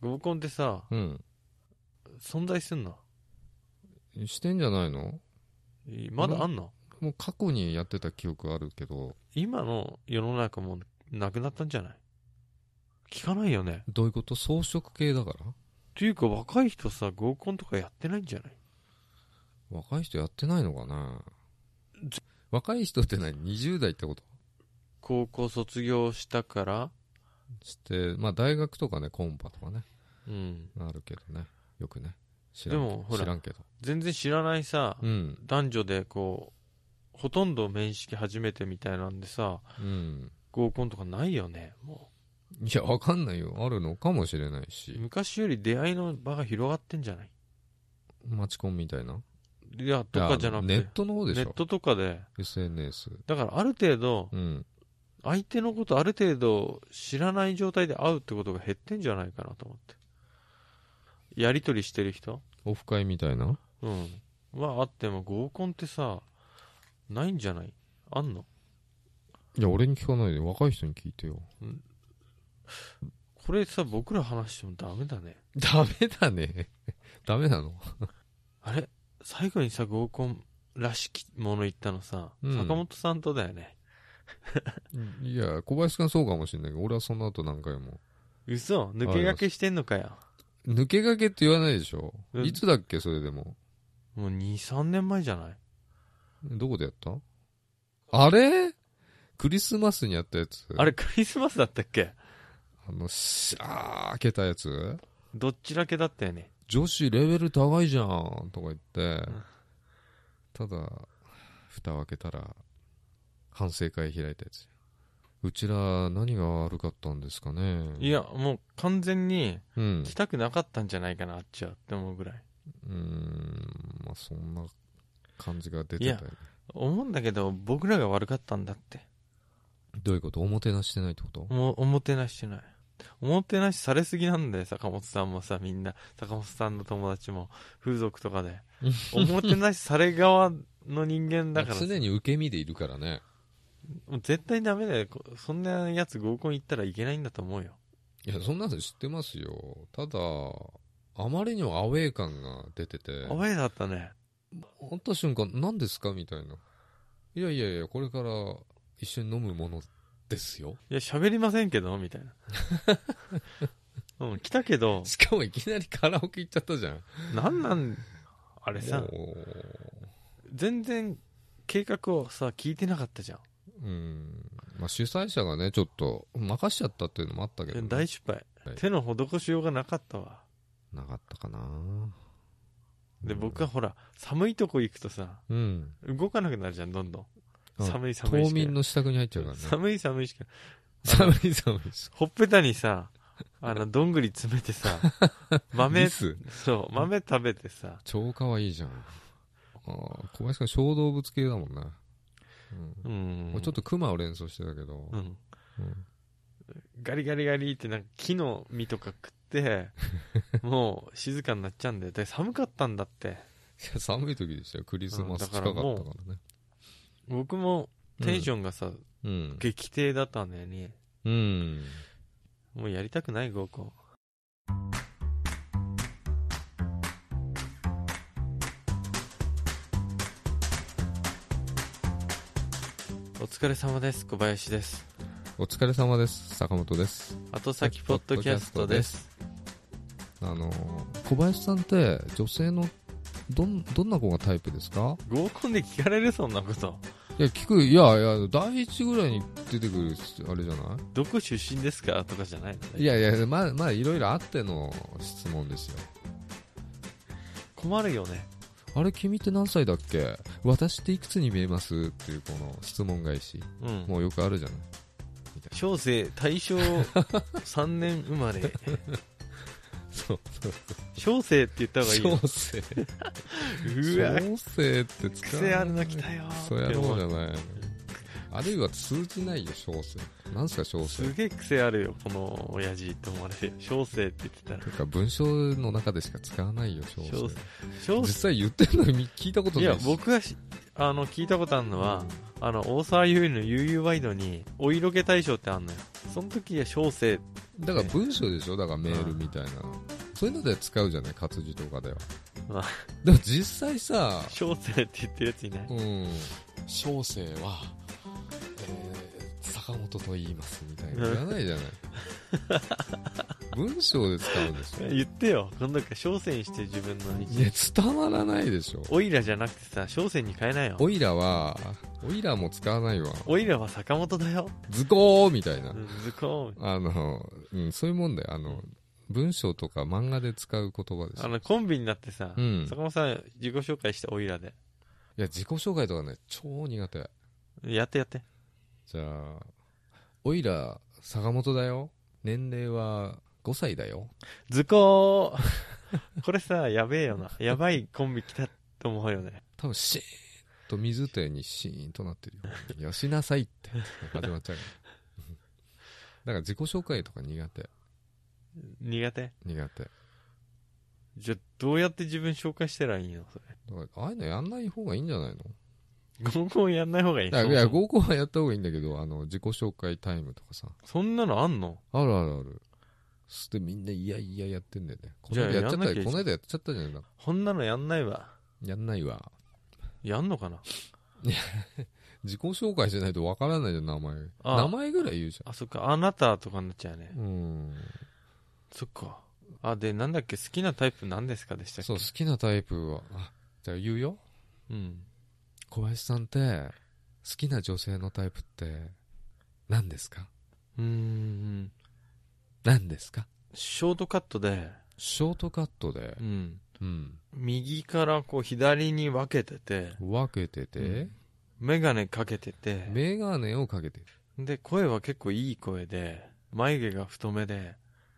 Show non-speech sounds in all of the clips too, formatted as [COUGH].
ゴブコンってさ、うん。存在してんな。してんじゃないのいまだあんのもう過去にやってた記憶あるけど、今の世の中もうなくなったんじゃない聞かないよね。どういうこと装飾系だからっていうか若い人さ、合コンとかやってないんじゃない若い人やってないのかな若い人って何 ?20 代ってこと高校卒業したから、して、まあ大学とかね、コンパとかね、うん。あるけどね。よくね。知らんでもほら知らんけど。全然知らないさ、うん。男女でこう、ほとんど面識初めてみたいなんでさ、うん。合コンとかないよね、も。いや、わかんないよ。あるのかもしれないうし。昔より出会いの場が広がってんじゃないマチコンみたいな。いや、とかじゃなくて、いやネットの方でしネょ。ットとかで、 SNS。だからある程度、うん。相手のことある程度知らない状態で会うってことが減ってんじゃないかなと思って。やりとりしてる人オフ会みたいな。うん。はあっても合コンってさ、ないんじゃないあんのいや、俺に聞かないで、若い人に聞いてよ。これさ、僕ら話してもダメだね。ダメだね。 [LAUGHS] ダメなのあれ最後にさ、合コンらしきもの言ったのさ、うん坂本さんとだよね。いや、小林くんそうかもしれないけど、俺はその後何回も。嘘抜け駆けしてんのかよ。抜け駆けって言わないでしょ。うんいつだっけ、それでも。もう2、3年前じゃないどこでやったあれクリスマスにやったやつ。あれクリスマスだったっけあの、シャー開けたやつどっちだけだったよね。女子レベル高いじゃんとか言って、ただ、蓋を開けたら、反省会開いたやつ。うちら何が悪かったんですかねい。や、もう完全にうん。来たくなかったんじゃないかな、あっちはって思うぐらい。うーん、まあそんな感じが出てたよね。思うんだけど、僕らが悪かったんだって。どういうことおもてなしてないってこともうおもてなししてない。おもてなしされすぎなんだよ、坂本さんもさ、みんな。坂本さんの友達も、風俗とか [LAUGHS] で。おもてなしされ側の人間だからさ。常に受け身でいるからね。もう絶対ダメだよ。こそんなやつ合コン行ったらいけないんだと思うよ。いや、そんなの知ってますよ。ただ、あまりにもアウェー感が出てて。アウェイだったね。会った瞬間、何ですかみたいな。いやいやいや、これから一緒に飲むものですよ。いや、喋りませんけど、み [LAUGHS] たいな。うん、来たけど、しかもいきなりカラオケ行っちゃったじゃん。なんなん、あれさ、も全然計画をさ、聞いてなかったじゃん。ううん。まあ、主催者がね、ちょっと、任しちゃったっていうのもあったけどね、大失敗、はい手の施しようがなかったわなかったかなでうん僕はほら寒いとこ行くとさうん。動かなくなるじゃんどんどんあ寒い寒い冬しか眠の支度に入っちゃうからね。寒い寒いしか寒い寒いし。ほっぺたにさあのどんぐり詰めて [LAUGHS] さリ豆スそう豆食べてさ超可愛いじゃん。あー小林君小動物系だもんね。ううんん。俺ちょっと熊を連想してたけど。うんうんガリガリガリってなんか木の実とか食って [LAUGHS] もう静かになっちゃうんだよで寒かったんだっていや寒い時でしたよ。クリスマス近かったからうんだね。僕もテンションがさ、うん。激低だったんだよねうん。もうやりたくない合コンお疲れ様です小林ですお疲れ様です。坂本です。後先ポッドキャストですあのー、小林さんって女性のどん、どんな子がタイプですか合コンで聞かれるそんなこといや、聞く、いやいや、第一ぐらいに出てくる、あれじゃなどこ出身ですかとかじゃないのいいやいや、まあ、まあ、いろいろあっての質問ですよ。困るよねあれ、君って何歳だっけ私っていくつに見えますっていう、この質問返し。うんもうよくあるじゃない小生大正3年生まれそうそう。小生って言った方がいいよ小生。うわ小生って使う。癖あるの来たよそうやろうじゃない。あるいは通じないよ、小生。なんすか、小生。すげえ癖あるよこの親父って思われ [LAUGHS] て小生って言ってたらなんか文章の中でしか使わないよ、小小生。小実際言ってるのに聞いたこといないやし。僕がしあの聞いたことあるのはあの大沢優衣の悠々ワイドにお色気大賞ってあんのよその時は小生だから文章でしょだからメールみたいな、そういうので使うじゃない活字とかでは、まあでも実際さ小生って言ってるやついないうん小生は、えー坂本と言いますみたいいらないじゃない [LAUGHS] 文章で使うんでしょ言ってよ今度から小生にして自分のいや日伝わらないでしょおいらじゃなくてさ小生に変えなよおいらはおいらも使わないわおいらは坂本だよ図工みたいな、うんずこーんあの、うん、そういうもんだよあの文章とか漫画で使う言葉ですあのコンビになってさ、うん坂本さん自己紹介しておいらでいや自己紹介とかね超苦手やってやってじゃあおいら坂本だよ年齢は5歳だよ図 [LAUGHS] 工これさやべえよなやばいコンビ来たと思うよね多分シーンと水手にシーンとなってる [LAUGHS] よよしなさいって始まっちゃうよ [LAUGHS] だから自己紹介とか苦手苦手苦手だかじゃあどうやって自分紹介したらいいのそらああいうのやんない方がいいんじゃないのれ合コンやんない方がいいいやそいもやそも合コンはやった方がいいんだけどあの自己紹介タイムとかさそんなのあんのあるあるあるそしてみんないやいややってんだよねこの間じゃあやっちゃやっんなたきゃいいこの間やっちゃったじゃないのこんなのやんないわやんないわやんのかな自己紹介しないとわからないじゃん名前あ名前ぐらい言うじあそっかあなたとかになっちゃうねゃんうんそっかあでなんだっけ好きなタイプ何ですかでしたっけそう好きなタイプはあじゃあ言うようん小林さんって好きな女性のタイプって何ですかうーん何ですかショートカットで、ショートカットでう、ん、うん、右からこう左に分けてて分けてて、眼鏡かけててメガネをかけてるで声は結構いい声で眉毛が太めで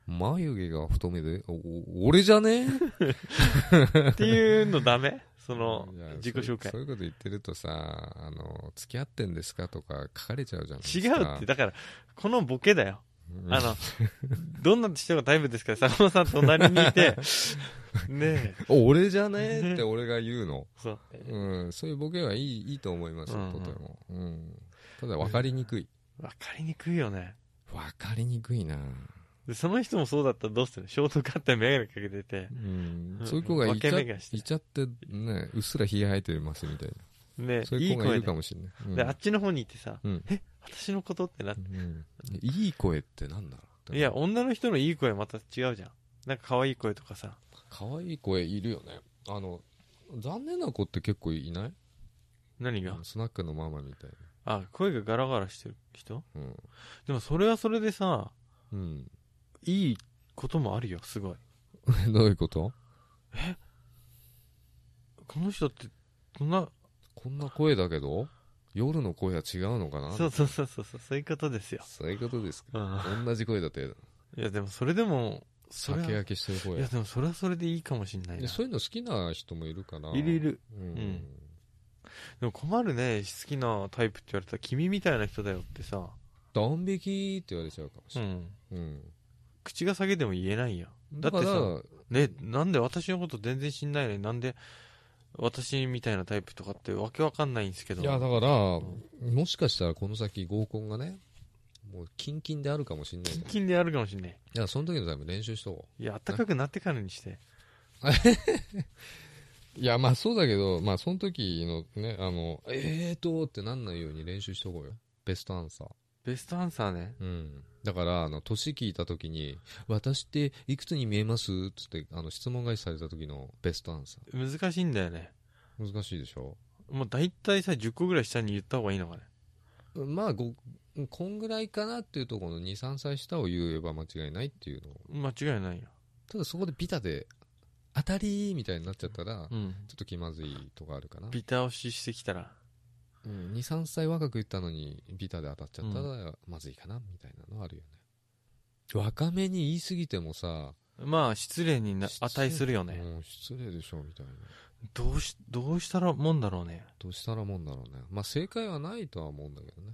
眉毛が太めでおお俺じゃねっていうのダ [LAUGHS] メそのいや自己紹介そうそういうこと言ってるとさあの付き合ってんですかとか書かれちゃうじゃないです違かうってだからこのボケだようんあのどんな人がタイプですか坂本さん隣にい [LAUGHS] てねえ [LAUGHS] お俺じゃねって俺が言うの、そううん、そういうボケはいいいいと思いますよ、うんうんとても、うん、ただ分かりにくい分かりにくいよね分かりにくいなでその人もそうだったらどうするショートカットで眼鏡かけててうんうんそういう子がいちゃ分け目がしていちゃって、ね、うっすら冷え生えてますみたいねな。そういいいう子がい声るでかもしれない。うんであっちの方に行ってさうん私のことってなってうんいい声ってなんだろういや、女の人のいい声また違うじゃんなんか可愛い声とかさ可愛い声いるよね。あの、残念な子って結構いない何がスナックのママみたいあ声がガラガラしてる人な。でもそれはそれでさうん。 [LAUGHS] いいこともあるよすごいうん。どういうことこの人ってこんなこんな声だけど、夜の声は違うのかなそうそうそうそうそうそういうことですよ、そういうことですか。うん、同じ声だって、いやでもそれでもそれは酒焼いけしてる声や。でもそれはそれでいいかもしんないいやなそういうの好きな人もいるから。いるいるうん。んでも困るね好きなタイプって言われたら君みたいな人だよってさ、ドン引きって言われちゃうかもしうれない。ん、うん口が下げても言えないよだだっかてらさねなんで私のこと全然知んないのになんで私みたいなタイプとかってわけわかんないんですけどいやだから、んもしかしたらこの先合コンがねもうキンキンであるかもしんないキン [LAUGHS] からキンでやるかもしんないいやその時のために練習しとこいや暖かくなってからにしてういやまあそうだけどまあその時のねあのえーとってなんないように練習しとこうよベストアンサーベストアンサーねうんだからあの年聞いた時に「私っていくつに見えます?」っつってあの質問返しされた時のベストアンサ難しいんだよねー難しいでしょもう大体さ10個ぐらい下に言った方がいいのかねまあごこんぐらいかなっていうところの23歳下を言えば間違いないっていうの間を違いないよただそこでビタで当たりみたいになっちゃったら、うんちょっと気まずいとかあるかな、ビタ押ししてきたらうん、23歳若く言ったのにビタで当たっちゃったうらまずいかなみたいなのあるよね若めに言い過ぎてもさまあ失礼にな失礼値するよねもう失礼でしょみたいなどうしどうしたらもんだろうねどうしたらもんだろうねまあ正解はないとは思うんだけどね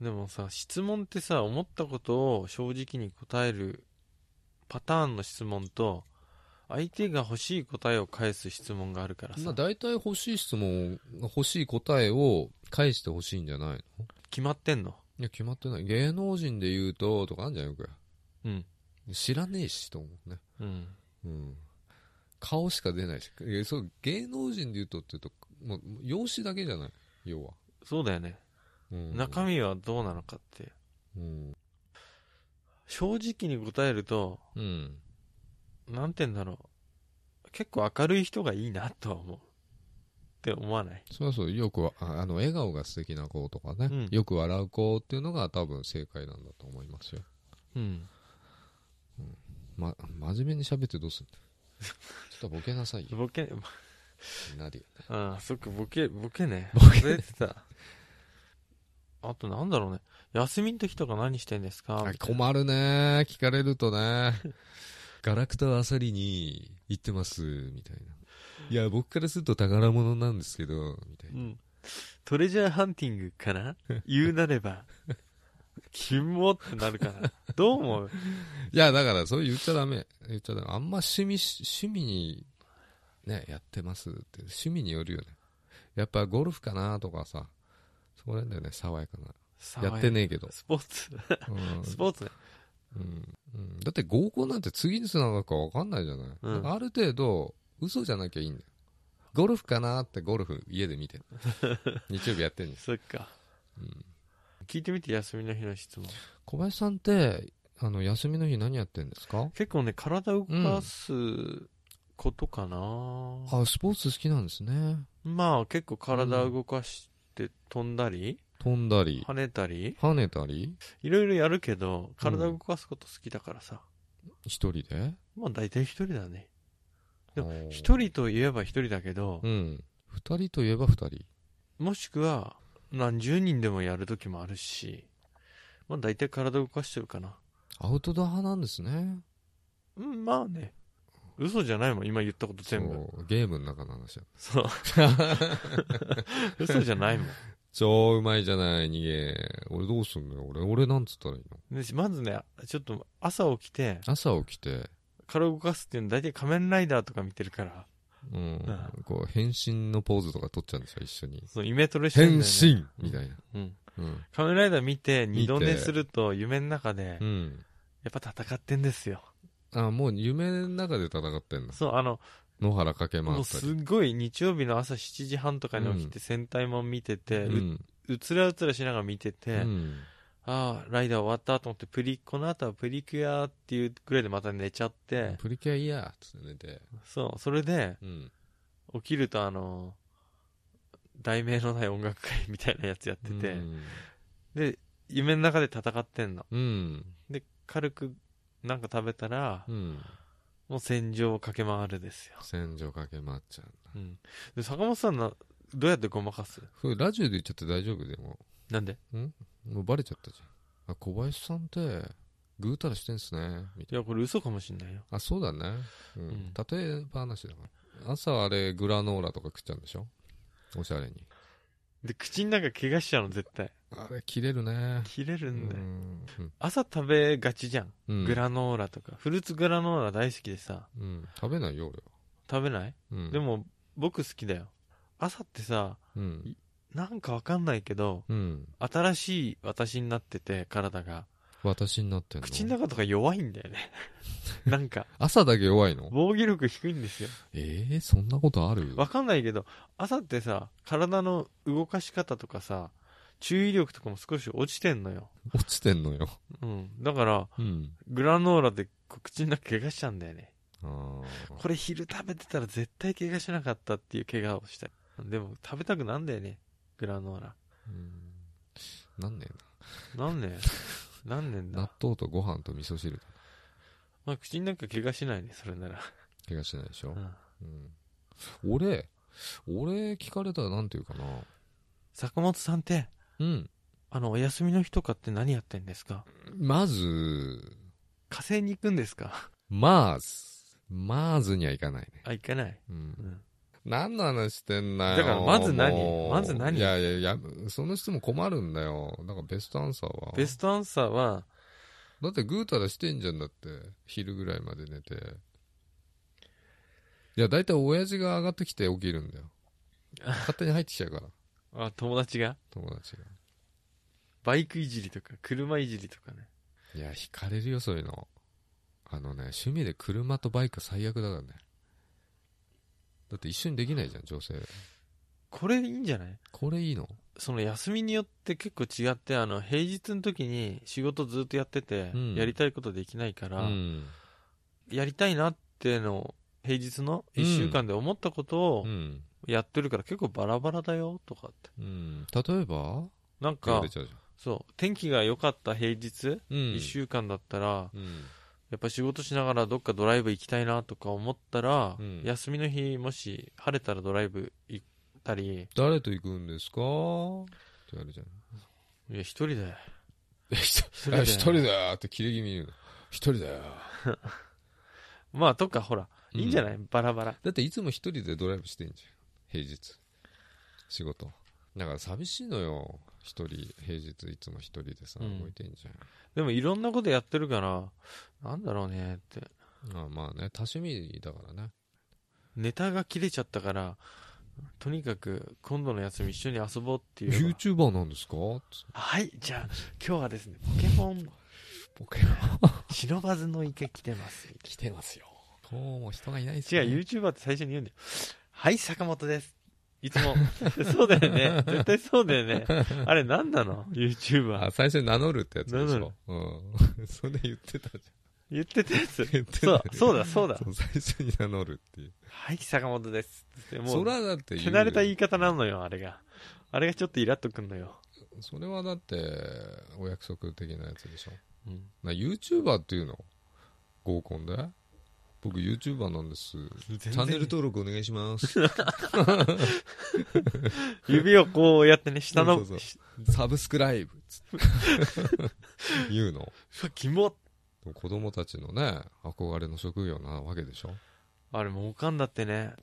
でもさ質問ってさ思ったことを正直に答えるパターンの質問と相手が欲しい答えを返す質問があるからまあさ大体欲しい質問、欲しい答えを返してほしいんじゃないの決まってんのいや、決まってない。芸能人で言うと、とかあんじゃんよく。うん知らねえし、と思うね。うんうん。顔しか出ないし。えそう、芸能人で言うとっていうと、もう、容姿だけじゃない要は。そうだよね、うん、中身はどうなのかってうん。正直に答えるとうん。なんて言うんだろう結構明るい人がいいなとは思うって思わないそうそう、よくわ、ああの、笑顔が素敵な子とかね、うんよく笑う子っていうのが多分正解なんだと思いますよ。うんま、真面目に喋ってどう [LAUGHS] すんのちょっとボケなさいよ、ボケなり。ああそっかボケボケねボケ忘れてたあとなんだろうね休みの時とか何してんですかあみたいな困るね聞かれるとねガラクタはあさりに行ってますみたいないや僕からすると宝物なんですけどみたいうなんトレジャーハンティングかな言うなればキモってなるかなどう思ういやだからそう言っちゃダメ言っちゃダメあんま趣味趣味にねやってますって趣味によるよねやっぱゴルフかなとかさそこら辺だよね爽やかなやってねえけど、スポーツうんスポーツねうんうんだって合コンなんて次につながるか分かんないじゃない、うんだからある程度嘘じゃなきゃいいんだよゴルフかなってゴルフ家で [LAUGHS] 見てる日曜日やってるんです、そっかうん聞いてみて休みの日の質問小林さんってあの休みの日何やってるんですか結構ね体動かすことかな、あスポーツ好きなんですねまあ結構体動かして飛んだり飛んだり跳ねたり跳ねたりいろいろやるけど体動かすこと好きだからさ、一人でまあ大体一人だねでもあー一人といえば一人だけどう、ん二人といえば二人もしくは何十人でもやる時もあるしまあ大体体動かしてるかなアウトドア派なんですねうんまあね嘘じゃないもん今言ったこと全部そうゲームの中の話だそう [LAUGHS] 嘘じゃないもん超うまいじゃない逃げ俺どうすんのよ俺俺なんつったらいいのでまずねちょっと朝起きて朝起きて体動かすっていうの大体仮面ライダーとか見てるからうんう、こう変身のポーズとか撮っちゃうんですよ、一緒に。そうイメトレしてる変んだよ、ね、身みたいな。うんうん。仮面ライダー見て見て二度寝すると夢の中でうん。やっぱ戦ってんですよあ、もう夢の中で戦ってんだ。そうあの野原駆けも回うったすり。っごい日曜日の朝7時半とかに起きて戦隊もん見てて、ううん。うつらうつらしながら見てうて、ん。ああライダー終わったと思ってプリこの後はプリキュアっていうくらいでまた寝ちゃって、プリキュアいいや、つって寝て。そうそれでうん。起きるとあの題名のない音楽会みたいなやつやってて、うんで夢の中で戦ってんのうん。で軽くなんか食べたら、うん。もう戦場を駆け回るですよ、戦場駆け回っちゃうんだ。うん、で坂本さんなどうやってごまかすそれラジオで言っちゃって大丈夫でも。なんでもうバレちゃったじゃん。あ、小林さんって、ぐうたらしてんすね。みたいいやこれ嘘かもしんないよな。あ、そうだね。ううんん。例えば話だから。朝あれ、グラノーラとか食っちゃうんでしょおしゃれに。で口の中怪我しちゃうの絶対あれ、切れるね。切れるんだよ、うん朝食べがちじゃん、うんグラノーラとかフルーツグラノーラ大好きでさうん食べないよ、俺は食べない、うん。で、も僕好きだよ朝ってさうん。なんかわかんないけどうん。新しい私になってて体が私になってんの口の中とか弱いんだよね [LAUGHS] なんか朝だけ弱いの防御力低いんですよええ、そんなことあるわかんないけど朝ってさ体の動かし方とかさ注意力とかも少し落ちてんのよ、落ちてんのよ。うん、だからうん。グラノーラでこう口の中怪我しちゃうんだよねああ。これ昼食べてたら絶対怪我しなかったっていう怪我をしたでも食べたくなんだよねグラノーラうんなんねえなんねなんねんな。納だ、豆とご飯と味噌汁だ。まあ、口の中怪我しないねそれなら、怪我しないでしうょん、うん。俺、俺聞かれたらなんて言うかな。坂本さんってうん。あのお休みの日とかって何やってんですかまず、火星に行くんですかまーず。まーずにはいかないね。あ行かない、うんう。ん、何の話してんだよ。だからまず何もうまず何いやいやいや、その質問困るんだよ。だからベストアンサーは。ベストアンサーはだってぐうたらしてんじゃんだって。昼ぐらいまで寝て。いや、だいたい親父が上がってきて起きるんだよ。勝手に入ってきちゃうから、あ、友達が友達が。バイクいじりとか、車いじりとかね。いや、惹かれるよ、そういうの。あのね、趣味で車とバイク最悪だからね。だって一緒にできないじゃん、女性。これいいんじゃないこれいいのその休みによって結構違って、あの、平日の時に仕事ずっとやってて、うんやりたいことできないかうら、ん。やりたいなってのを平日の1週間で思ったことをうん。やってるから結構バラバラだよとかって。うん。例えばなんかが出、ちゃうじそう、天気が良かった平日、ゃん。うん。 1週間だったら、うん。やっぱ仕事しながらどっかドライブ行きたいなとか思ったら、うん休みの日もし晴れたらドライブ行ったり、誰と行くんですかって言われちゃう。いや、一人で。一そ人れだで一人だよって切れ気味に言うの。一人だよ。まあ、とか、ほら、いいんじゃない、い、バラバラ。だっていつも一人でドライブしてんじゃん。平日。仕事。だから寂しいのよ。一人、平日いつも一人でさ、うん動いてんじゃでも、いろんなことやってるから、なんだろうねって。ん。ああまあね、多趣味だからね。ネタが切れちゃったから、とにかく、今度の休み一緒に遊ぼうっていう。 YouTuber なんですかはい、じゃあ、今日はですね、ポケモン、ポケモン。忍ばずの池来てます。来てますよ。こうも人がいないです違う、ね。 YouTuber って最初に言うんだよ。はい、坂本です。い [LAUGHS] つも。そうだよね。絶対そうだよね。あれ、なんなの ?YouTuber あ、。最初に名乗るってやつで名し乗るょ。うん。 [LAUGHS] それ言ってたじ言ってたやつゃん。。言ってたそよう、そうだ、そうだそ。う最初に名乗るっていう。はい、坂本です。っても、そうれはだっ手て慣れた言いい方なのよ、あれが。あれがちょっとイラっとくんのよ。それはだって、お約束的なやつでしょ。うん。な YouTuber っていうの合コンで僕 YouTuber なんですチャンネル登録お願いします [LAUGHS] 指をこうやってね、下の、そうそうサブスクライブつって [LAUGHS] 言うのうわキモでも子供たちのね憧れの職業なわけでしょあれ、儲かんだってね。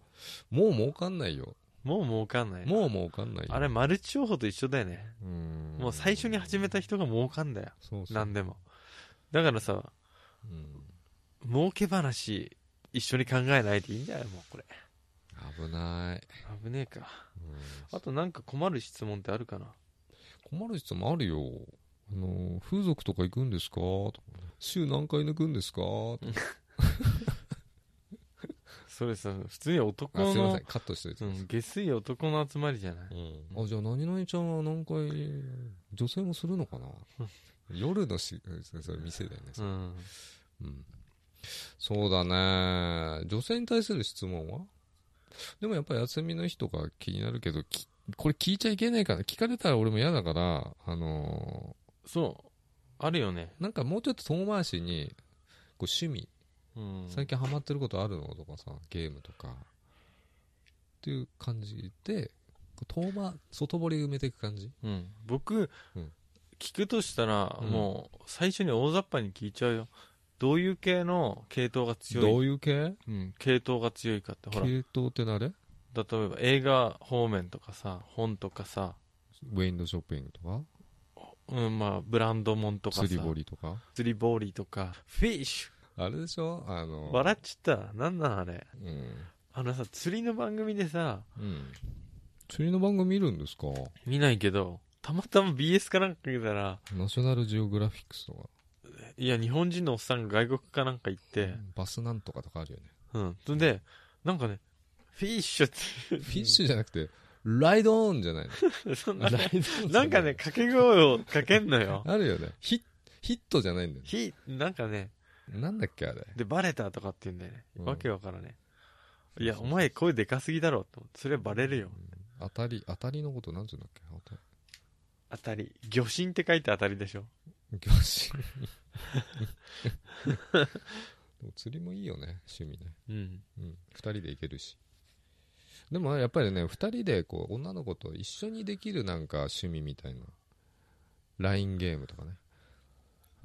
もう儲かんないよもう儲かんない。もう儲かんないよあれ、マルチ商法と一緒だよね。うんもう最初に始めた人が儲かんだよ。そうそう何でも。だからさ、うん儲け話、一緒に考えないでいいんだよ、もうこれ。危ない、危ねえか。うんあとなんか困る質問ってあるかな困る人もあるよあの風俗とか行くんですかとか週何回抜くんですかとかそれさ、普通に男あすいまのせん、カットしておいてうくださいん、下水男の集まりじゃないあじゃあ何々ちゃんは何回女性もするのかな夜のしそれ店だよね、うん。うんそうだね女性に対する質問はでもやっぱり休みの日とか気になるけどきこれ聞いちゃいけないから聞かれたら俺も嫌だからあのそう。あるよね。ーなんかもうちょっと遠回しにこう趣味うん。最近ハマってることあるのとかさゲームとかっていう感じでこう遠回外堀埋めていく感じうん。僕、うん聞くとしたら、うんもう、最初に大雑把に聞いちゃうよ。どういう系の系統が強いどういう系うん、系統が強いかって、ほら、例系統ってのあれえば映画方面とかさ、本とかさ、ウェインドショッピングとかうん、まあ、ブランドもんとかさ、釣り堀とか釣り堀とか、フィッシあれでしょあュの笑っちゃった。なんなんあれ。うん、あのさ、釣りの番組でさ、うん、釣りの番組見るんですか見ないけど、たまたま BS かなんか見たら、ナショナルジオグラフィックスとかいや、日本人のおっさんが外国かなんか行って、バスなんとかとか [LAUGHS] あるよねうん。そんで、なんかね、フィッシュっフィッシュじゃなくてライドオンじ [LAUGHS] ゃ [LAUGHS] ないて、そんのな、ライドオンなんかね、掛け声をかけんの [LAUGHS] よ。あるよねヒッヒットじゃないんだよひ、なんかね、ねなんだっけあれで、バレたとかって言うんだよね。うんわけわからね。ういや、お前声でかすぎだろって思って。それはバレるよ。当たり当たりのことなんていうんだっけ当たり当たり。魚心って書いて当たりでしょ。魚心 [LAUGHS] でも釣りもいいよね趣味ねうん。うん、2人で行けるしでもやっぱりね2人でこう女の子と一緒にできるなんか趣味みたいな LINE ゲームとかね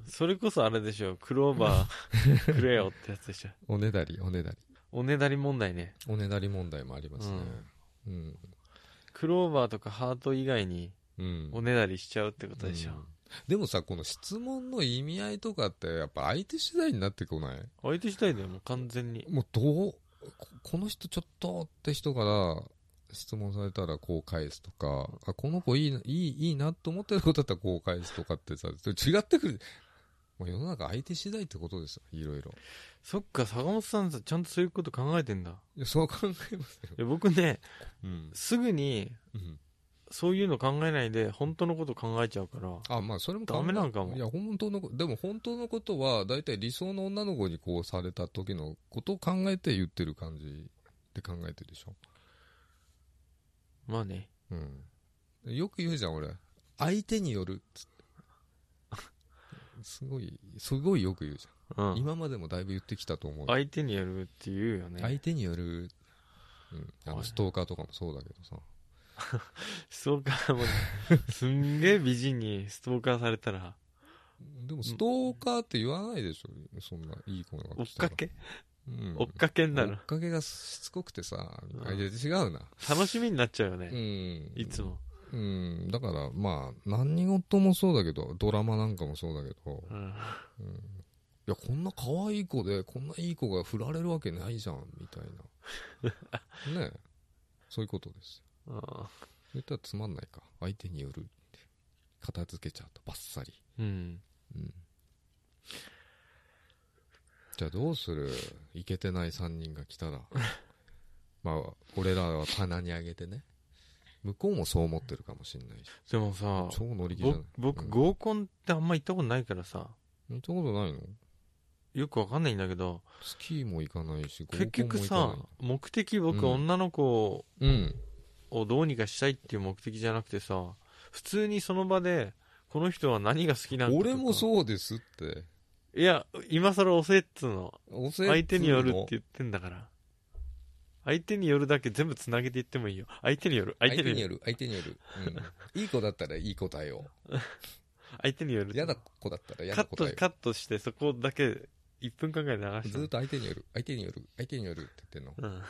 それこそあれでしょ。クローバ [LAUGHS] ーくれよってやつでしょ。おねだりおねだりおねだり問題ね。おねだり問題もありますねうんクローバーとかハート以外にうん、おねだりしちゃうってことでしょう。んでもさこの質問の意味合いとかってやっぱ相手次第になってこない相手次第だよ、もう完全に。もうどうここの人ちょっとって人から質問されたらこう返すとか、あこの子いいないいいいなと思ってることだったらこう返すとかってさ、それ違ってくる。もう世の中相手次第ってことですよ、いろいろ。そっか、坂本さんちゃんとそういうこと考えてんだ。いやそう考えますよ。いや僕ね、うん。すぐにうん、そういうの考えないで、本当のこと考えちゃうから。あ、まあそれも考えダメなんかもいや、本当のこ、でも本当のことは、大体理想の女の子にこうされた時のことを考えて言ってる感じって考えてるでしょ。まあね。うん。よく言うじゃん、俺。相手によるっつって。すごい、すごいよく言うじうゃん。ん。今までもだいぶ言ってきたと思う。相手にやるって言うよね。相手による、うん。あはの、いストーカーとかもそうだけどさ。そうか、 [LAUGHS] もう、すんげえ美人にストーカーされたら、でも、ストーカーって言わないでしょ。そんな、いい子が追っ来た。からけうん。追っかけにな追る。っかけがしつこくてさ、うんあいや違うな。楽しみになっちゃうようね。ん。いつも。うん。だから、まあ、何事もそうだけど、ドラマなんかもそうだけど、うん。いや、こんな可愛い子で、こんないい子が振られるわけないじゃん、みたい [LAUGHS] な。ねえ。そういうことです。あそれとはつまんないか。相手による。片付けちゃうと、バッサリ。ーうん。うん。じゃあどうするいけてない3人が来た [LAUGHS] ら。まあ、俺らは棚にあげてね。向こうもそう思ってるかもしんないし。でもさ、超乗り気じゃなぼい僕、うん合コンってあんま行ったことないからさ、行ったことないのよくわかんないんだけど、スキーも行かないし、合コンも結行局かないさ、目的僕、うん女の子うん。をどうにかしたいっていう目的じゃなくてさ、普通にその場で、この人は何が好きなんだとか俺もそうですって。いや、今更押せっつうの。おせ相手によるっていう。言ってんだから。相手によるだけ全部つなげていってもいいよ。相手による、相手相手にによよる、る、相手による。うん。いい子だったらいい答 [LAUGHS] えを。相手による。嫌な子だったら嫌カなット答え、カットして、そこだけ1分間ぐらいを。流してずっと相手による、相手による、相手によるって言ってんの。うん。うん。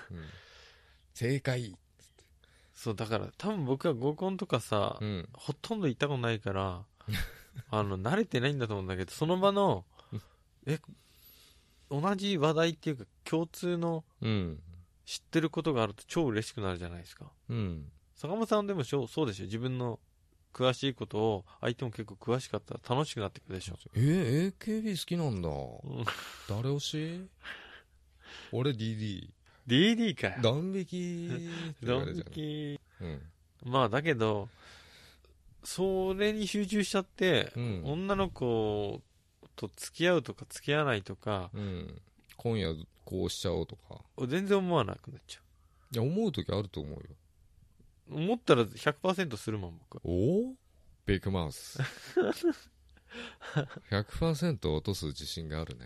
正解。そう、だから、多分僕は合コンとかさ、うん。ほとんど行ったことない [LAUGHS] から、あの、慣れてないんだと思うんだけど、その場のうん、え、同じ話題っていうか、共通のうん。知ってることがあると超嬉しくなるじゃないですか。うん。坂本さんでもしょそうでしょ自分の詳しいことを相手も結構詳しかったら楽しくなってくるでしょ、えー、AKB 好きなんだ。うん、誰推し俺 DD。 DD かよドン引きって言ドわれンちゃ引きう。うん。まあだけどそれに集中しちゃって、うん女の子と付き合うとか付き合わないとかうん。今夜こうしちゃおうとか。全然思わなくなっちゃいや、思う時あると思うよ。う思ったら100%するもん僕はおビッグマ [LAUGHS] ウス100%落とす自信があるね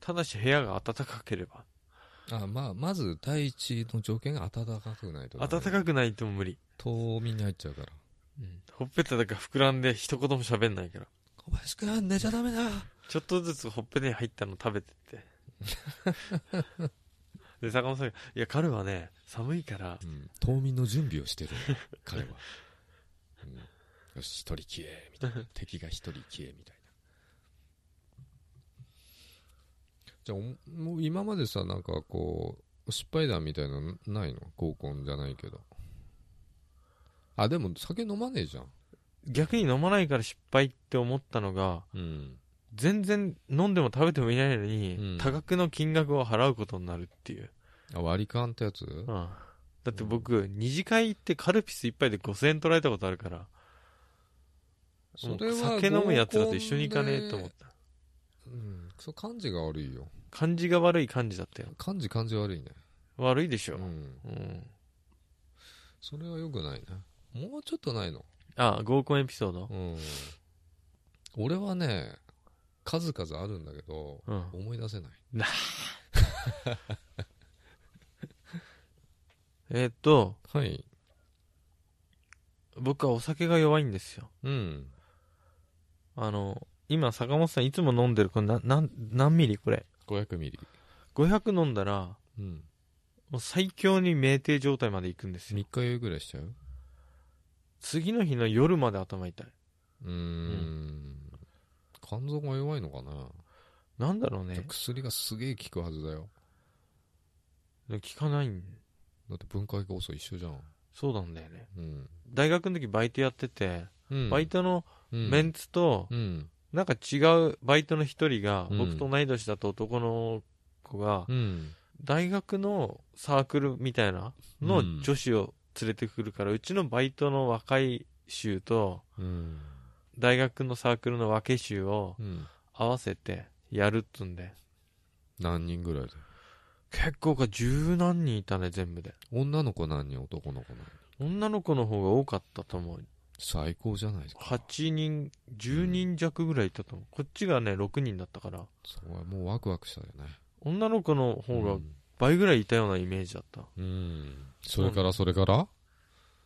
ただし部屋が暖かければあまあまず第一の条件が暖かくないとダメ暖かくないと無理、冬眠に入っちゃうからほっぺただけ膨らんで一言も喋んないから小林くん寝ちゃダメだちょっとずつほっぺたに入ったの食べてって。 [LAUGHS] で、坂本さんが、いや、彼はね、寒いから、うん冬眠の準備をしてる彼は、うんよし一人消えみたい [LAUGHS] な敵が一人消えみたいなじゃあおもう今までさなんかこう失敗談みたいなのないの合コンじゃないけどあでも酒飲まねえじゃん逆に飲まないから失敗って思ったのが、うん全然飲んでも食べてもいないのに、うん多額の金額を払うことになるっていう。あ割り勘ってやつうん。だって僕、二次会行ってカルピス一杯で5000円取られたことあるから、もう酒飲むやつらと一緒に行かねえと思っ合コンでた。うんそう感じが悪いよ感じが悪い感じだったよ。感じ感じ悪いね悪いでしょう。んうん。それは良くないねもうちょっとないのあ、合コンエピソードうん、俺はね数々あるんだけどうん。思い出せないえーっと、はい僕はお酒が弱いんですようんあの今坂本さんいつも飲んでるこれななん何ミリこれ500ミリ、 500飲んだらうん、もう最強に酩酊状態まで行くんです3よ日酔いぐらいしちゃう次の日の夜まで頭痛いうーん肝臓が弱いのかな、なんだろうじゃねあ薬がすげえ効くはずだよでも聞かないんだって分解酵素一緒じゃん。そうなんだよねうん。大学の時バイトやってて、うんバイトのうんメンツと、うん。なんか違うバイトの一人が、うん僕と同い年だと男の子が、うん。大学のサークルみたいなのうん女子を連れてくるから、うちのバイトの若い衆と、うん。大学のサークルの若い衆をうん。合わせてやるっつんで、何人ぐらいで結構か十何人いたね、全部で。女の子何人、男の子何人。女の子の方が多かったと思う。最高じゃないですか。 8人、10人弱ぐらいいたと思う。こっちがね、6人だったから、それはもうワクワクしたよね。女の子の方うがん倍ぐらいいたようなイメージだった。うん。それから、それから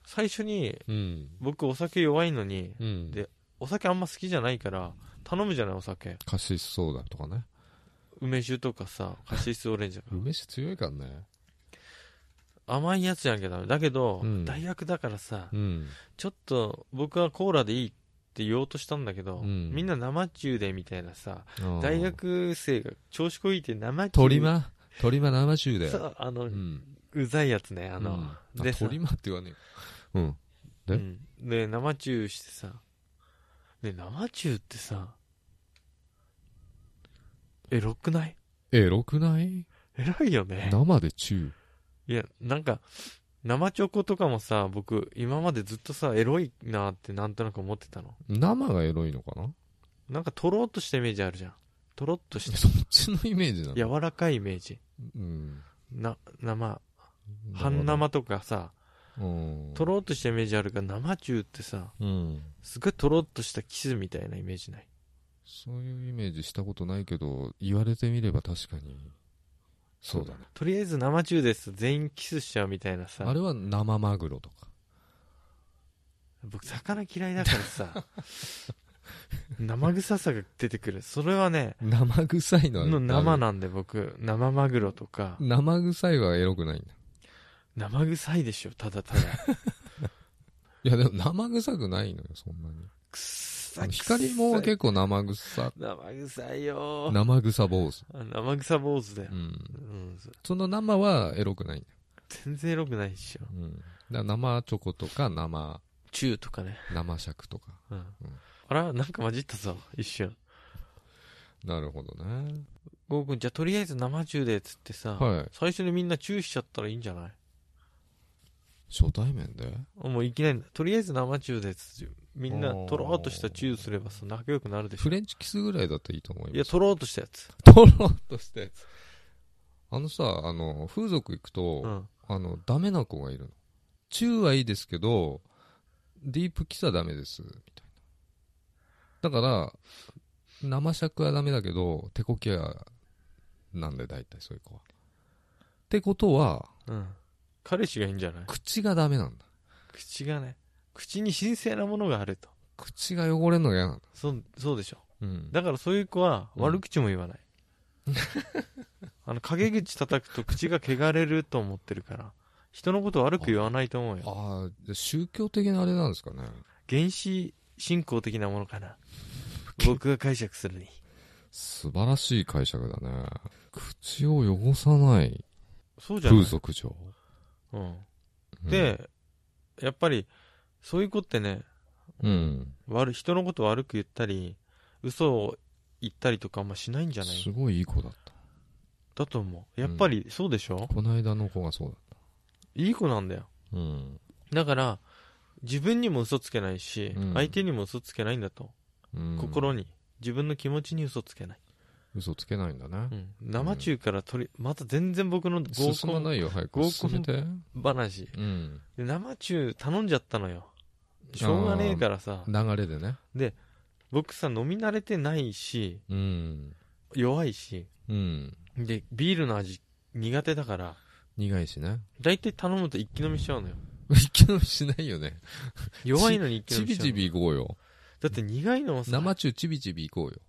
最初にうん。僕お酒弱いのにうん。でお酒あんま好きじゃないから頼むじゃないお酒カシスソーダとかね。梅酒とかさカシスオレンジとか [LAUGHS] 梅酒強いからね。甘いやつじゃなきゃダメだけど、うん大学だからさうん。ちょっと僕はコーラでいいって言おうとしたんだけど、うんみんな生中でみたいなさあー大学生が調子こいて生中鳥間、鳥間生中で。そうあの、う。うんざいやつねあの、うん、であさ鳥間って言わねえよ。えうんで生中してさで生中ってさエロくないうん。エロくないエロいよね生で中。いや、なんか、生チョコとかもさ、僕、今までずっとさ、エロいなってなんとなく思ってたの。生がエロいのかななんか、とろっとしたイメージあるじゃん。とろっとしそっちのイメージなた、の柔らかいイメージ。うん。な、生、半生とかさ、うん。とろっとしたイメージあるから、生中ってさ、うん。すごいとろっとしたキスみたいなイメージない。そういうイメージしたことないけど、言われてみれば確かに、そうだね。とりあえず生中ですと全員キスしちゃうみたいなあさ、れは生マグロとか。僕、魚嫌いだからさ、生臭さが出てくる。それは [LAUGHS] ね、生臭いのはの生な。なんで僕、生マグロとか、生臭いはエロくないんだ。生臭いでしょただた [LAUGHS] だいやでも生臭くないのよ、そんなに。くっさあの光も結構生臭、生臭いよ生臭坊主。生臭坊主だよう、ん。うん、その生はエロくないんだよ。全然エロくないっしょうん。だから生チョコとか生、チューとかね、生尺とか。うんあらなんか混じったぞ一瞬なるほどね。ゴーくんじゃあとりあえず生チューでっつってさ、はい。最初にみんなチューしちゃったらいいんじゃない初対面でもういきなりとりあえず生チューでっつってみんなおーとろーっとしたチューすればさ仲良くなるでしフょレンチキスぐらいだったらいいと思います。いやとろーっとしたやつとろっとしたやつ。 [LAUGHS] あのさ、あの、風俗行くと、うんあの、ダメな子がいるの。チューはいいですけど、ディープキスはダメです、みたいな。だから、生尺はダメだけど、手こきは、なんで大体そういう子は。ってことは、うん彼氏がいいんじゃない口がダメなんだ。口がね口に神聖なものがあると口が汚れるのが嫌なんだ。そうそうでしょうん。だからそういう子はうん悪口も言わない、 [LAUGHS] あの陰口叩くと口が汚れると思ってるから人のこと悪く言わないと思うよああ、じゃあ宗教的なあれなんですかね。原始信仰的なものかな僕が解釈するに素晴らしい解釈だね。口を汚さないそうじゃない風、俗嬢。うん、うん、でやっぱりそういう子ってねうん。悪い人のこと悪く言ったり嘘を言ったりとかあんましないんじゃないすごいいい子だった。だと思うやっぱりそうでしょ、この間の子がそうだっいい子なんだよた。うん。だから自分にも嘘つけないし、うん相手にも嘘つけないんだとうん、心に自分の気持ちに嘘つけない、嘘つけないんだねう。ん、生中から取りまた全然僕の合進コまンないよ、早合コくン進めて。話うん。で生中頼んじゃったのよしょうがねえからさ流れでね。僕さ飲み慣れてないしうん。弱いしうん。でビールの味苦手だから苦いしね。大体頼むと一気飲みしちゃうのよ [LAUGHS] 一気飲みしないよね。弱いのに一気ち飲みびしちゃうちのび行こうよ。だって苦いのをさ生中ちびちび行こうよ。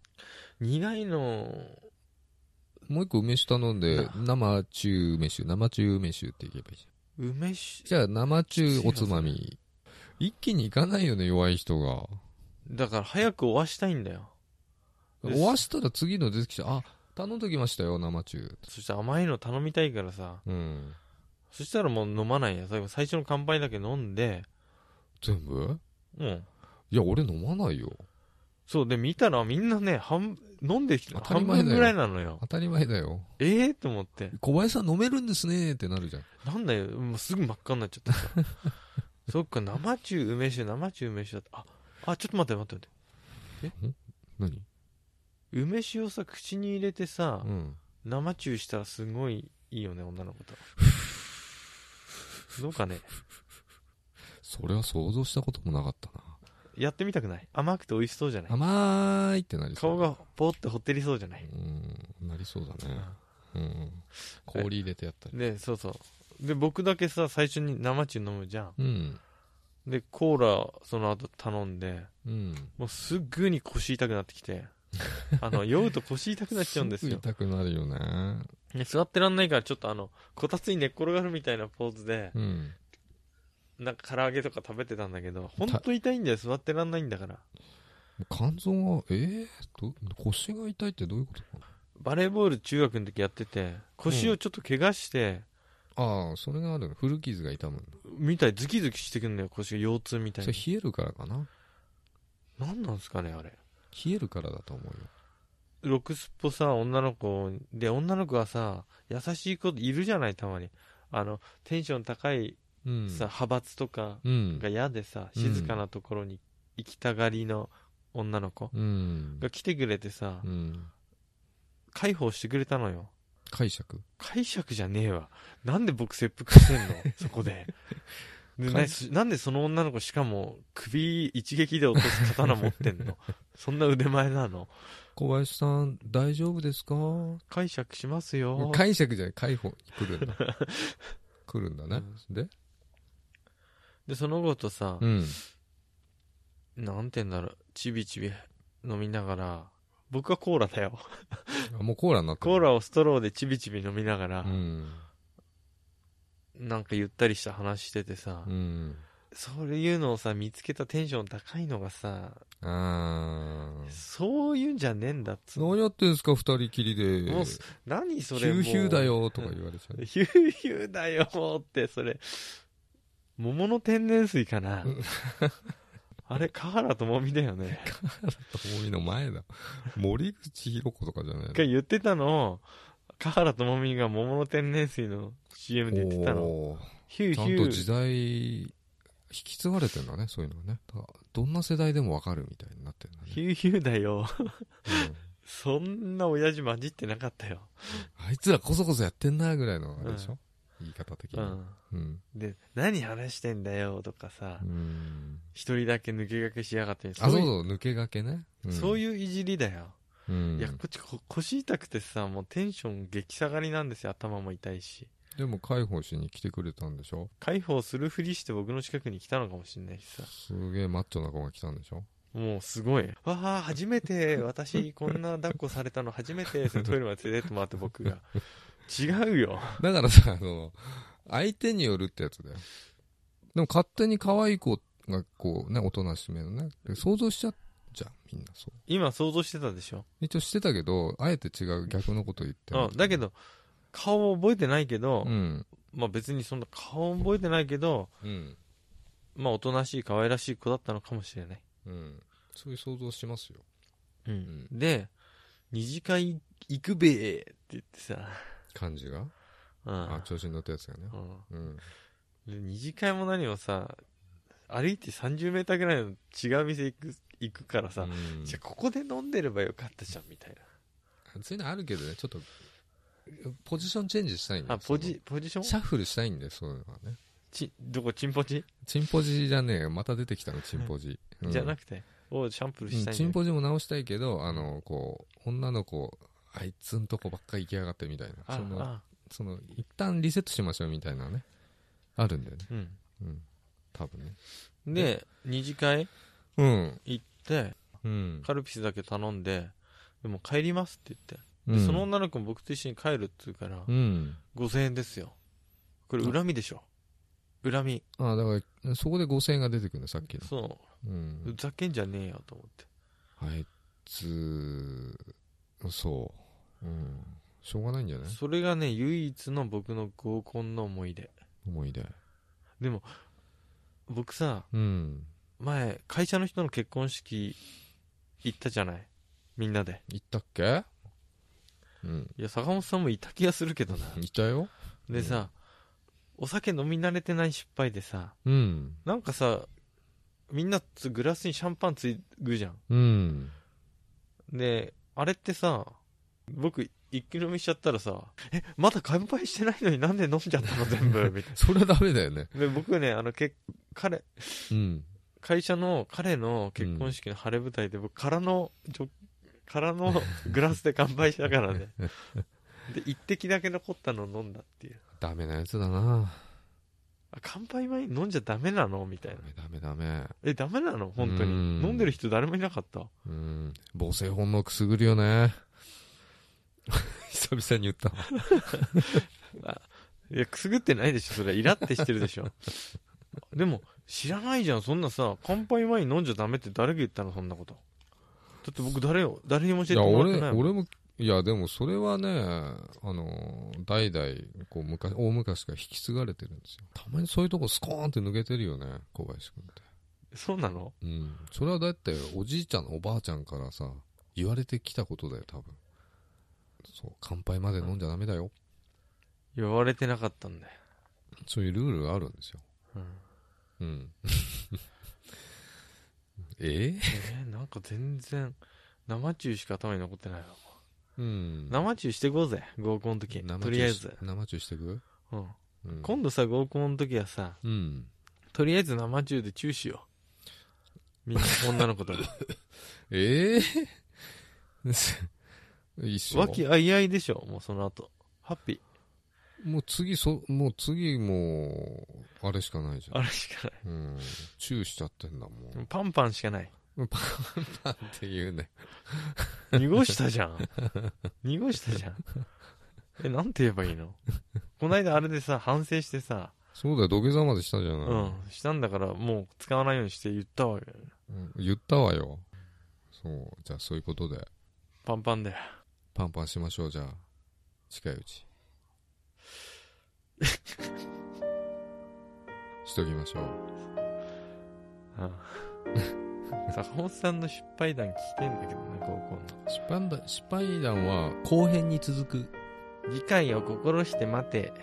苦いのもう一個梅酒頼んでな、生中梅酒、生中梅酒って言えばいいじゃん。梅酒じゃあ生中おつまみ。一気に行かないよね、弱い人が。だから早く終わしたいんだよ終わしたら次の出てきて、あ、頼んどきましたよ生中そして甘いの頼みたいからさうんそしたらもう飲まないや最後最初の乾杯だけ飲んで全部うんいや俺飲まないよそうで見たらみんなね半飲んできて当たり半前だよ分ぐらいなのよ当たり前だよええー、と思って小林さん飲めるんですねってなるじゃんなんだよもうすぐ真っ赤になっちゃ [LAUGHS] ったさそっか生中梅酒生中梅酒だったああちょっと待って待って何待って梅酒をさ口に入れてさ、うん生中したらすごいいいよね女の子とどうかねそれは想像したこともなかったなやってみたくない甘くて美味しそうじゃない [LAUGHS] 甘ーいってなりそう顔がポーってほってりそうじゃないうんなりそうだねうん氷入れてやったり。でそうそうで僕だけさ最初に生中飲むじゃんうんでコーラその後頼んでうんもうすぐに腰痛くなってき [LAUGHS] てあの酔うと腰痛くなっちゃうんですぐよ痛くなるよねね座ってらんないからちょっとあのこたつに寝っ転がるみたいなポーズでうんなんか唐揚げとか食べてたんだけどほんと痛いんだよ座ってらんないんだから肝臓がえー、ど腰が痛いってどういうことかバレーボール中学の時やってて腰をちょっと怪我して、ああそれがある古傷が痛むんだみたいズキズキしてくんだよ腰が腰痛みたいそなれ冷えるからかな何なんですかねあれ冷えるからだと思うよロクスポさ女の子で女の子はさ優しい子いるじゃないたまにあのテンション高いうんさ、派閥とかうんが嫌でさうん静かなところに行きたがりの女の子うんが来てくれてさうん介抱してくれたのよ解釈解釈じゃねえわなんで僕切腹してんの [LAUGHS] そこでで解ななんでその女の子しかも首一撃で落とす刀持ってん [LAUGHS] のそんな腕前なの小林さん大丈夫ですか解釈しますよ解釈じゃない解放来るん [LAUGHS] だ来るんだね、ででその後とさ、うんなんて言うんだろうちびちび飲みながら僕はコーラだよあもうコーラになってコーラをストローでちびちび飲みながらう、んなんかゆったりした話しててさ、うんそういうのをさ見つけたテンション高いのがさ、ああそういうんじゃねえんだっつうの何やってんすか二人きりでもうす何そヒれもューうヒューだよとか言われちゃうヒューヒューだよって、それ、桃の天然水かなうん。あれ、河原智美だよね。遠いの前だ森口博子とかじゃないの一回言ってたのを、河原智美が桃の天然水の CM で言ってたの。おーヒューヒちゃんュと時ー。代引き継がれてんだねそういうのはねだからどんな世代でもわかるみたいになってんだねヒ、ューヒューだよ。 [LAUGHS] うんそんな親父混じってなかったよ。あいつらこそこそやってんなぐらいのあれでしょ、言い方的にうん。うん、で、何話してんだよとかさう、ん、一人だけ抜け駆けしやがって。あそういうそう抜け駆けね、うん、そういういじりだよ。う、ん、いや、こっちこ腰痛くてさ、もうテンション激下がりなんですよ。頭も痛いし。でも解放しに来てくれたんでしょ解放するふりして僕の近くに来たのかもしれないしさすげえマッチョな子が来たんでしょもうすごいわあ初めて私こんな抱っこされたの初めてそのトイレまで連れてってもらって僕が違うよだからさあの相手によるってやつだよでも勝手に可愛い子がこうねおとなしめのねで想像しちゃうじゃんみんなそう今想像してたでしょ、一応してたけどあえて違う逆のこと言ってうん、だけど顔覚えてないけど、うんまあ別にそんな顔覚えてないけどうんまあおとなしい可愛らしい子だったのかもしれない、うんそういう想像しますようん、で二次会行くべーって言ってさ、感じがうんあ調子に乗ったやつがねうん、うんで二次会も何もさ歩いて30メーターぐらいの違う店行く行くからさ、うんじゃあここで飲んでればよかったじゃんみたいそういうのあるけどね、ちょっと、ポジションチェンジしたいんなあだよポジポジシそのョンシャッフルしたいんで、そういうのはね。ちどこチンポジ、チンポジじゃねえよ。また出てきたの、チンポジ。じゃなくくてをシャンプルしたいんだチよンポジも直したいけど、あの、こう、女の子、あいつんとこばっか行きやがってみたいな。あその、あその、一旦リセットしましょうみたいなね。あるんだよね。うんうん。多分ね。で二次会うん。行ってうん。カルピスだけ頼んででも帰りますって言ってうでんその女の子も僕と一緒に帰るっつうから、うん。 5000円ですよこれ恨みでしょ恨みあだから、そこで5000円が出てくるの、さっきの。そうう、ふん。ざけんじゃねえよと思ってあいつ、そう。うん。しょうがないんじゃないそれがね唯一の僕の合コンの思い出思い出。でも僕さうん。前会社の人の結婚式行ったじゃないみんなで行ったっけうん。いや坂本さんもいた気がするけどな行ったよ。でさ、お酒飲み慣れてない失敗でさうん。なんかさみんなつグラスにシャンパンつぐじゃんうん。であれってさ僕一気飲みしちゃったらさえまだ乾杯してないのになんで飲んじゃ [LAUGHS] ったの全部みたいそれはダメだよね。なで僕ねあのけ彼うん。会社の彼の結婚式の晴れ舞台で僕空のジョ空 [LAUGHS] のグラスで乾杯したからねで一滴だけ残ったのを飲んだっていうダメなやつだな。あ乾杯前に飲んじゃダメなのみたいダなメダメダメ。えダメなの本当にうん飲んでる人誰もいなかったうん。母性本能くすぐるよね。 [LAUGHS] 久々に言ったわ。あいやくすぐってないでしょそれイラってしてるでし [LAUGHS] ょでも知らないじゃんそんなさ乾杯前に飲んじゃダメって誰が言ったのそんなことだって僕誰を誰にも教えていや、もらっ俺てない、もん俺も、いや、でもそれはね、あの、代々、こう、昔、大昔から引き継がれてるんですよ。たまにそういうとこスコーンって抜けてるよね、小林くんって。そうなのうん。それはだって、おじいちゃん、おばあちゃんからさ、言われてきたことだよ、多分。そう、乾杯まで飲んじゃダメだよ。言われてなかったんだよ、そういうルールがあるんですよ。うんうん。 [LAUGHS] ええーなんか全然生中しか頭に残ってないわうん。生中してこうぜ合コンの時生中とりあえず、生中してくうん、うん。今度さ合コンの時はさうん。とりあえず生中でチューしようみんな女の子 [LAUGHS] とええ [LAUGHS] いいっしょ和。気あいあいでしょもうその後ハッピーもう次そ、もう次もう、あれしかないじゃあれしかん。うん。チューしちゃってんだも [LAUGHS] ないん。パンパンしかないパンっていうね。濁したじゃん濁したじゃんえなんて言えばいいのこないだあれでさ反省してさそうだよ、土下座までしたじゃうない。んしたんだからもう使わないようにして言ったわけうん言ったわよ。そう。じゃあそういうことで、パンパンでパンパンしましょう、じゃあ。近いう [LAUGHS] ち。しときましょう。うん坂本さんの失敗談聞きたいんだけどね高校失敗だ、失敗談は後編に続く。の理解を心して待て